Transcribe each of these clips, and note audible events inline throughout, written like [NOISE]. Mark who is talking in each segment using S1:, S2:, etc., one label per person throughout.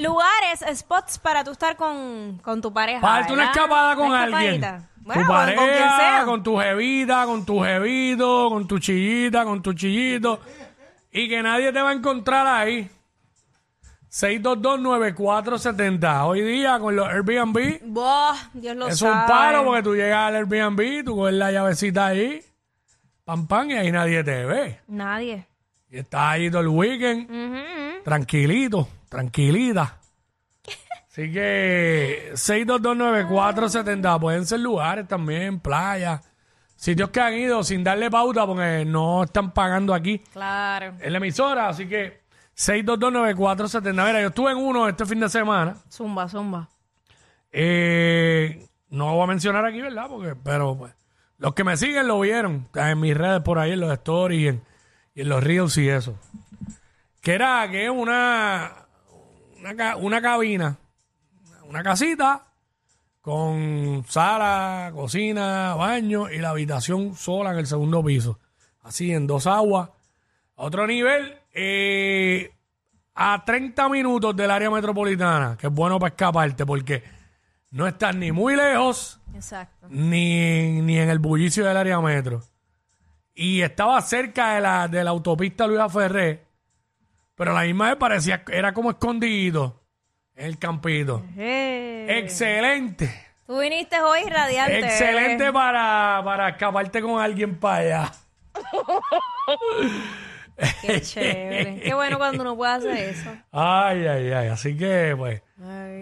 S1: Lugares, spots para tú estar con, con tu pareja.
S2: Para darte una
S1: ¿verdad?
S2: escapada con
S1: Una
S2: alguien.
S1: escapadita. Bueno,
S2: tu
S1: con-
S2: pareja,
S1: con quien sea.
S2: con tu jevita, con tu jevito, con tu chillita, con tu chillito. Y que nadie te va a encontrar ahí. 6229470. Hoy día con los Airbnb.
S1: Boh, Dios lo
S2: Es
S1: sabe.
S2: un paro porque tú llegas al Airbnb, tú coges la llavecita ahí, pam pam, y ahí nadie te ve.
S1: Nadie.
S2: Y estás ahí todo el weekend, tranquilito, tranquilita. Así que 6229470, pueden ser lugares también, playas, sitios que han ido sin darle pauta porque no están pagando aquí
S1: Claro.
S2: en la emisora, así que 6229470. Mira, yo estuve en uno este fin de semana.
S1: Zumba, zumba.
S2: Eh, no lo voy a mencionar aquí, ¿verdad? Porque, pero pues, los que me siguen lo vieron está en mis redes por ahí, en los stories y en, y en los reels y eso. Que era que es una, una, ca- una cabina, una casita con sala, cocina, baño y la habitación sola en el segundo piso. Así, en dos aguas. A otro nivel, eh, a 30 minutos del área metropolitana, que es bueno para escaparte porque no estás ni muy lejos
S1: Exacto.
S2: ni, ni en el bullicio del área metro. Y estaba cerca de la, de la autopista Luisa Ferré, pero a la misma vez parecía, era como escondido en el campito.
S1: Eh,
S2: Excelente.
S1: Tú viniste hoy radiante.
S2: Excelente para, para escaparte con alguien para allá.
S1: Qué chévere. Qué bueno cuando uno puede hacer eso.
S2: Ay, ay, ay. Así que, pues,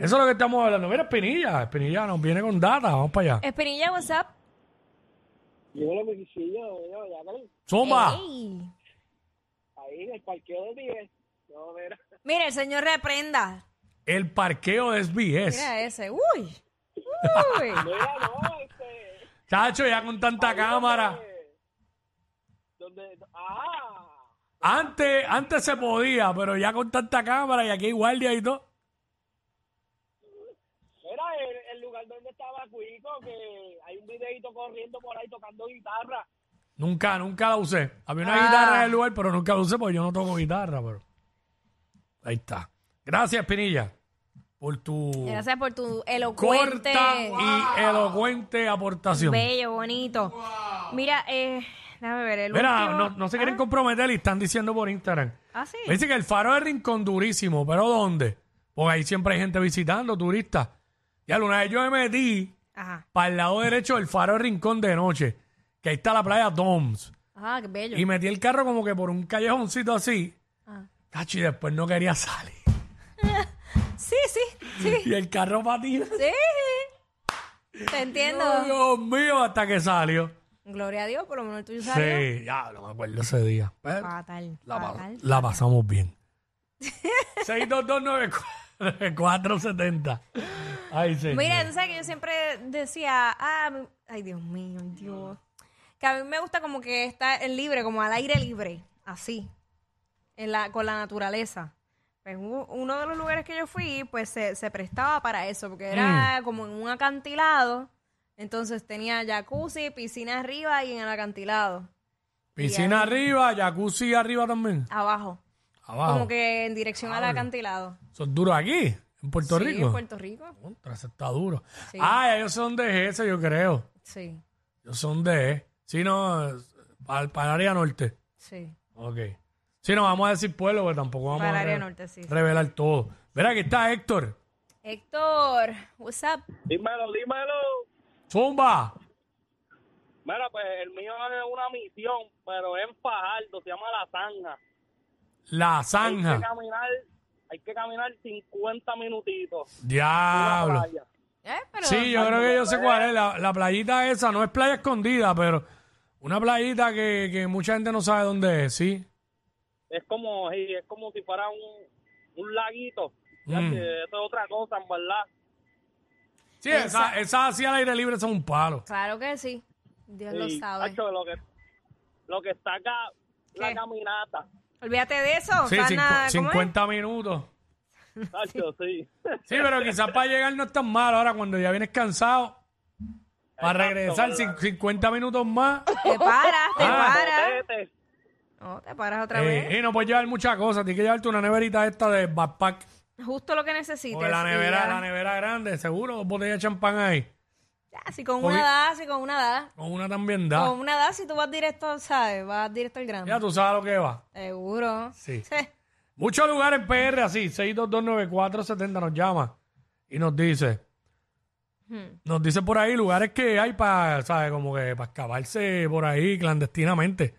S2: eso es lo que estamos hablando. Mira, Espinilla, Espinilla nos viene con data. Vamos para allá.
S1: Espinilla, what's up?
S3: Yo lo que quisiera, yo, ya ven,
S2: Zumba.
S1: Ey.
S3: ahí en el parqueo de 10. No, mira, [LAUGHS]
S1: Mira, el señor reprenda.
S2: El parqueo de SBS.
S1: Mira ese. Uy. Uy.
S3: mira, no, este.
S2: Chacho, ya con tanta cámara.
S3: Donde. Ah,
S2: Antes, antes se podía, pero ya con tanta cámara y aquí hay guardia y todo.
S3: era el, el lugar donde estaba Cuico, que hay un videito corriendo por ahí tocando guitarra.
S2: Nunca, nunca la usé. Había una
S1: Ah.
S2: guitarra en el lugar, pero nunca la usé porque yo no toco guitarra, pero. Ahí está. Gracias, Espinilla, por tu
S1: Gracias por tu elocuente.
S2: corta y elocuente aportación.
S1: Bello, bonito. Mira, eh, déjame ver el
S2: Mira,
S1: último.
S2: no, no se quieren comprometer y están diciendo por Instagram.
S1: Ah, sí.
S2: Me Dice que el faro de Rincón durísimo, pero ¿dónde? Porque ahí siempre hay gente visitando, turistas. Y alguna vez yo me metí
S1: Ajá.
S2: para el lado derecho del faro de Rincón de noche, que ahí está la playa Doms.
S1: Ah, qué bello.
S2: Y metí el carro como que por un callejoncito así.
S1: Ah.
S2: Cacho, y después no quería salir.
S1: [LAUGHS] Sí, sí, sí.
S2: Y el carro patina.
S1: Sí. Te entiendo.
S2: Dios mío, hasta que salió.
S1: Gloria a Dios, por lo menos tú sabes.
S2: Sí, ya no me acuerdo ese día. Pero
S1: Fatal.
S2: la, pa-
S1: fatal.
S2: la
S1: [LAUGHS]
S2: pasamos bien. 6229470. Ahí sí.
S1: Mira, tú sabes que yo siempre decía, ah, mi- ay Dios mío, ay, Dios. Que a mí me gusta como que estar en libre, como al aire libre, así, en la, con la naturaleza. Pues u- uno de los lugares que yo fui, pues se, se prestaba para eso, porque
S2: Mm.
S1: era como en un acantilado. Entonces tenía jacuzzi, piscina arriba y en el acantilado,
S2: Piscina arriba, jacuzzi arriba también.
S1: abajo.
S2: Abajo.
S1: Como que en dirección al acantilado.
S2: Son duros aquí, en Puerto
S1: Sí,
S2: Rico.
S1: en Puerto Rico.
S2: Contra, eso está duro.
S1: Sí.
S2: Ah, ellos son de ese, yo creo.
S1: Sí,
S2: Yo son de. Si no, para, el área norte.
S1: sí.
S2: Ok. Si no, vamos a decir pueblo, pero tampoco vamos
S1: Para el
S2: a
S1: área
S2: re-
S1: norte, sí.
S2: revelar todo. Mira, aquí está Héctor.
S1: Héctor, what's up?
S3: Dímelo, dímelo.
S2: Zumba.
S3: Mira, pues el mío es una misión, pero es en Fajardo, se llama La Zanja.
S2: La
S3: Hay
S2: zanja.
S3: que caminar, hay que caminar 50 minutitos. Una
S2: Diablo.
S3: playa.
S1: Eh, pero
S2: Sí, yo creo que yo sé cuál es. La, la playita esa no es playa escondida, pero una playita que, que mucha gente no sabe dónde es, ¿sí?
S3: Es como, sí, es como si fuera un, un laguito. Ya
S2: Mm.
S3: que eso es otra cosa, en verdad.
S2: Sí, Sí, esas esa así al aire libre son un palo.
S1: Claro que sí. Dios lo
S3: Y,
S1: sabe.
S3: hacho, lo que, lo que está acá, la
S1: ¿Qué? [LAUGHS]
S3: caminata.
S1: Olvídate de eso.
S2: Sí,
S1: sana-
S2: cincu-
S1: ¿cómo es?
S2: 50 minutos.
S3: Hacho, sí. [LAUGHS]
S2: Sí, pero quizás para llegar no es tan malo. Ahora, cuando ya vienes cansado, para
S3: Exacto,
S2: regresar
S3: ¿verdad?
S2: cin- 50 minutos más,
S1: Te paras, te
S2: Ah.
S1: paras.
S3: Potete.
S1: No, te paras otra
S2: eh,
S1: vez.
S2: y no puedes llevar muchas cosas. Tienes que llevarte una neverita esta de backpack.
S1: Justo lo que necesites.
S2: Porque eh. la
S1: y
S2: nevera,
S1: ya.
S2: la nevera grande, seguro, dos botellas de champán ahí.
S1: Ya, si con
S2: Porque-
S1: una da, si con una da.
S2: Con una también da.
S1: Con una da, si tú vas directo, ¿sabes? Vas directo al grano.
S2: Ah. Ya tú sabes lo que va.
S1: Seguro.
S2: Sí. Muchos lugares en PR así, 6229470 nos llama y nos dice.
S1: Hmm.
S2: Nos dice por ahí lugares que hay para, ¿sabes? Como que para excavarse por ahí clandestinamente.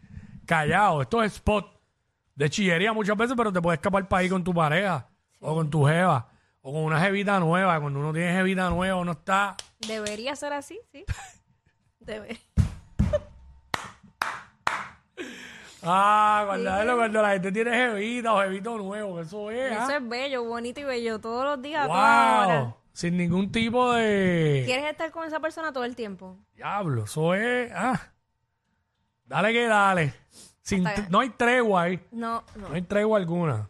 S2: Callado. Estos es spot de chillería muchas veces, pero te puedes escapar para ahí con tu pareja o con tu jeva o con una jevita nueva. Cuando uno tiene jevita nueva, uno está.
S1: Debería ser así,
S2: [LAUGHS]
S1: sí. Debe-
S2: Ah, guardadelo cuando la gente tiene jevita o jevito nuevo. Eso es.
S1: Eso
S2: ¿ah?
S1: es bello, bonito y bello. Todos los días, a toda
S2: ¡Wow!
S1: hora.
S2: Sin ningún tipo de.
S1: ¿Quieres estar con esa persona todo el tiempo?
S2: Diablo, eso es. Ah. Dale que dale. Sin
S1: Hasta-
S2: tre- no hay tregua ahí.
S1: No, no.
S2: No hay tregua alguna.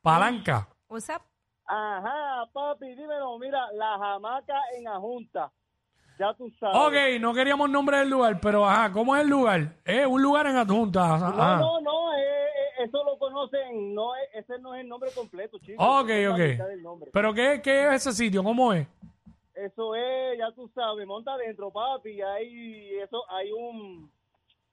S2: Palanca.
S1: What's up?
S3: Ajá, papi, dímelo, mira, la hamaca en Ajunta. Ya tú sabes.
S2: Ok, no queríamos nombre del lugar, pero ajá, ¿cómo es el lugar? Eh, un lugar en adjunta.
S3: No, no, no, eh, eh, eso lo conocen, no, eh, ese no es el nombre completo, chicos.
S2: Ok,
S3: Esa es la mitad del
S2: ok.
S3: nombre.
S2: ¿Pero qué, qué es ese sitio? ¿Cómo es?
S3: Eso es, ya tú sabes, monta adentro, papi, ahí, eso, hay un,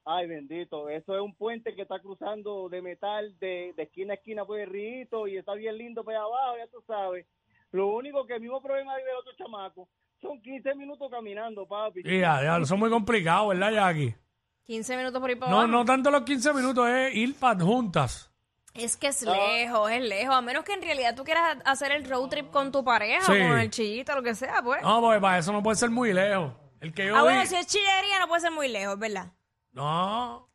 S3: ay, bendito, eso es un puente que está cruzando de metal de, de esquina a esquina por el rito y está bien lindo para allá abajo, ya tú sabes. Lo único que el mismo problema hay del otro chamaco, son 15 minutos caminando, papi.
S2: Sí, ya, ya, son muy complicados, ¿verdad, Jackie?
S1: 15 minutos por ahí para
S2: No,
S1: abajo.
S2: no tanto los 15 minutos, es ir para adjuntas.
S1: Es que es lejos, es lejos. A menos que en realidad tú quieras hacer el road trip con tu pareja
S2: Sí.
S1: o con el chillito, lo que sea, pues.
S2: No, porque para eso no puede ser muy lejos. El que yo
S1: ah,
S2: vi-
S1: bueno, si es chillería no puede ser muy lejos, ¿verdad?
S2: No.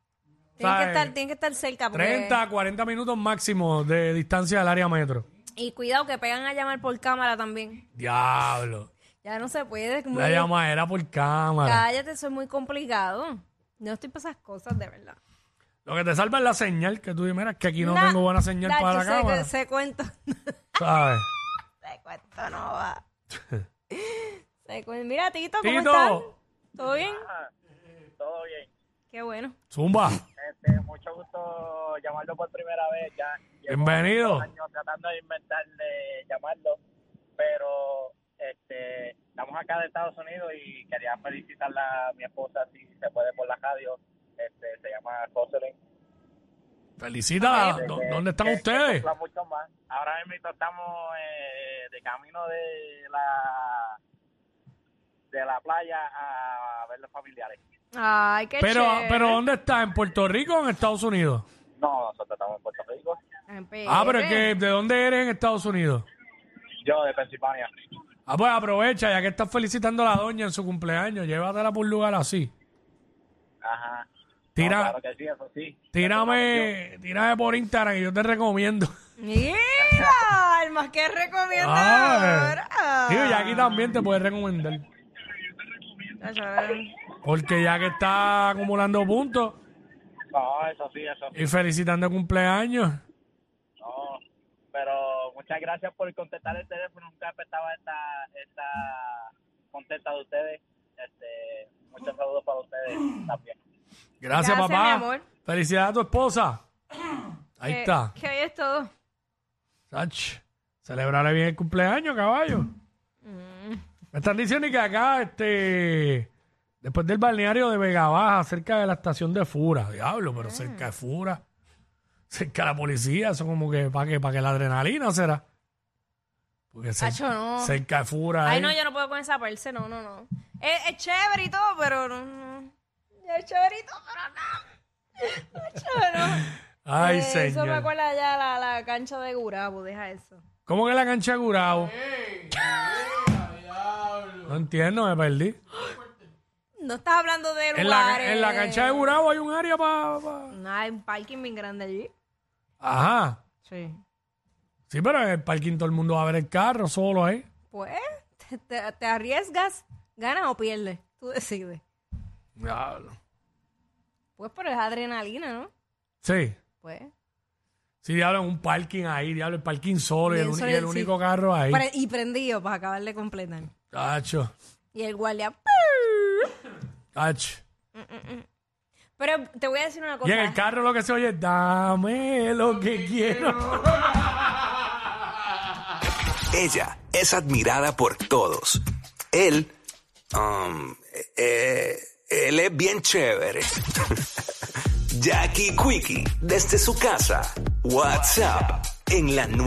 S1: Tienes que,
S2: ¿Sabes?
S1: estar, tienes que estar cerca. Porque...
S2: 30, 40 minutos máximo de distancia del área metro.
S1: Y cuidado que pegan a llamar por cámara también.
S2: Diablo.
S1: Ya no se puede. es muy-
S2: La llamadera por cámara.
S1: Cállate, eso es muy complicado. No estoy para esas cosas, de verdad.
S2: Lo que te salva es la señal, que tú dices, mira, es que aquí no
S1: Nah,
S2: tengo buena señal
S1: Nacho,
S2: para la
S1: ese-
S2: cámara.
S1: Ese cuento, [LAUGHS] ese
S2: ¿Sabes?
S1: cuento no
S2: [LAUGHS]
S1: va. Ese cuen- Mira, Tito, ¿cómo
S2: Tito.
S1: estás? ¿Todo bien?
S3: Todo bien.
S1: Qué bueno.
S2: Zumba,
S3: Este, mucho gusto llamarlo por primera vez ya. Llevo
S2: bienvenido.
S3: años tratando de inventar de llamarlo, pero este, estamos acá de Estados Unidos y quería felicitarla a mi esposa, si se puede, por la radio. Este, se llama Jocelyn.
S2: Felicita.
S3: Ok.
S2: ¿Dó- ¿Dónde están
S3: Que- que
S2: ustedes?
S3: cumpla mucho más. Ahora mismo estamos eh, de camino de la de la playa a ver los familiares.
S1: Ay, qué
S2: Pero,
S1: chévere.
S2: pero ¿dónde está? ¿En Puerto Rico o en Estados Unidos?
S3: No, nosotros estamos en Puerto Rico.
S1: Eh,
S2: Ah, pero es
S1: Espérate.
S2: que ¿de dónde eres en Estados Unidos?
S3: Yo de Pensilvania.
S2: Ah, pues aprovecha, ya que estás felicitando a la doña en su cumpleaños, llévatela por un lugar así.
S3: Ajá.
S2: Tira-
S3: No, claro que sí, eso sí.
S2: Tírame, tírame por Instagram y yo te recomiendo.
S1: Mira, el más que recomendador.
S2: Ah, Digo, y aquí también te puedes recomendar. Porque ya que está acumulando puntos
S3: No, eso sí, eso sí.
S2: y felicitando cumpleaños.
S3: No. Pero muchas gracias por contestar el teléfono. Nunca estaba esta, esta contesta de ustedes. Este, muchos saludos para ustedes también.
S2: Gracias,
S1: Gracias,
S2: papá.
S1: mi amor.
S2: Felicidades a tu esposa. Ahí
S1: Eh,
S2: está.
S1: Que hoy es todo.
S2: Sach, celebraré bien el cumpleaños, caballo.
S1: Mm.
S2: Me están diciendo que acá, este, después del balneario de Vega Baja, cerca de la estación de Fura, diablo,
S1: Ah.
S2: pero cerca de Fura, cerca de la policía, eso como que para que, para que la adrenalina será. Porque cer-
S1: Chacho, no.
S2: cerca de Fura.
S1: Ay,
S2: ahí.
S1: no, yo no puedo con esa perse, no, no, no. Es, es chévere y todo, pero no, no. Es chévere y todo, pero no. No, chévere, no.
S2: Ay,
S1: Eh, Eso
S2: señor.
S1: me acuerda ya la, la cancha de Gurabo, deja eso.
S2: ¿Cómo que la cancha de Gurabo? No entiendo, me perdí.
S1: No estás hablando de
S2: En la,
S1: lugares.
S2: en la cancha de Gurabo hay un área para...
S1: No, hay un parking bien grande allí.
S2: Ajá.
S1: Sí.
S2: Sí, pero en el parking todo el mundo va a ver el carro solo ahí.
S1: Pues, te, te arriesgas, ganas o pierdes. Tú decides.
S2: Diablo.
S1: Pues, pero es adrenalina, ¿no?
S2: Sí.
S1: Pues.
S2: Sí, diablo, en un parking ahí, diablo, el parking solo y
S1: Bien
S2: el, uni-
S1: solo,
S2: y el
S1: sí.
S2: único carro ahí.
S1: Pre- y prendido para acabar de completar.
S2: Cacho,
S1: Y el guardia.
S2: cacho.
S1: Pero te voy a decir una cosa.
S2: Y en el carro lo que se oye es, dame lo que quiero.
S4: Ella es admirada por todos. Él, um, eh, él es bien chévere. [LAUGHS] Jackie Quickie, desde su casa. WhatsApp, en la nueva.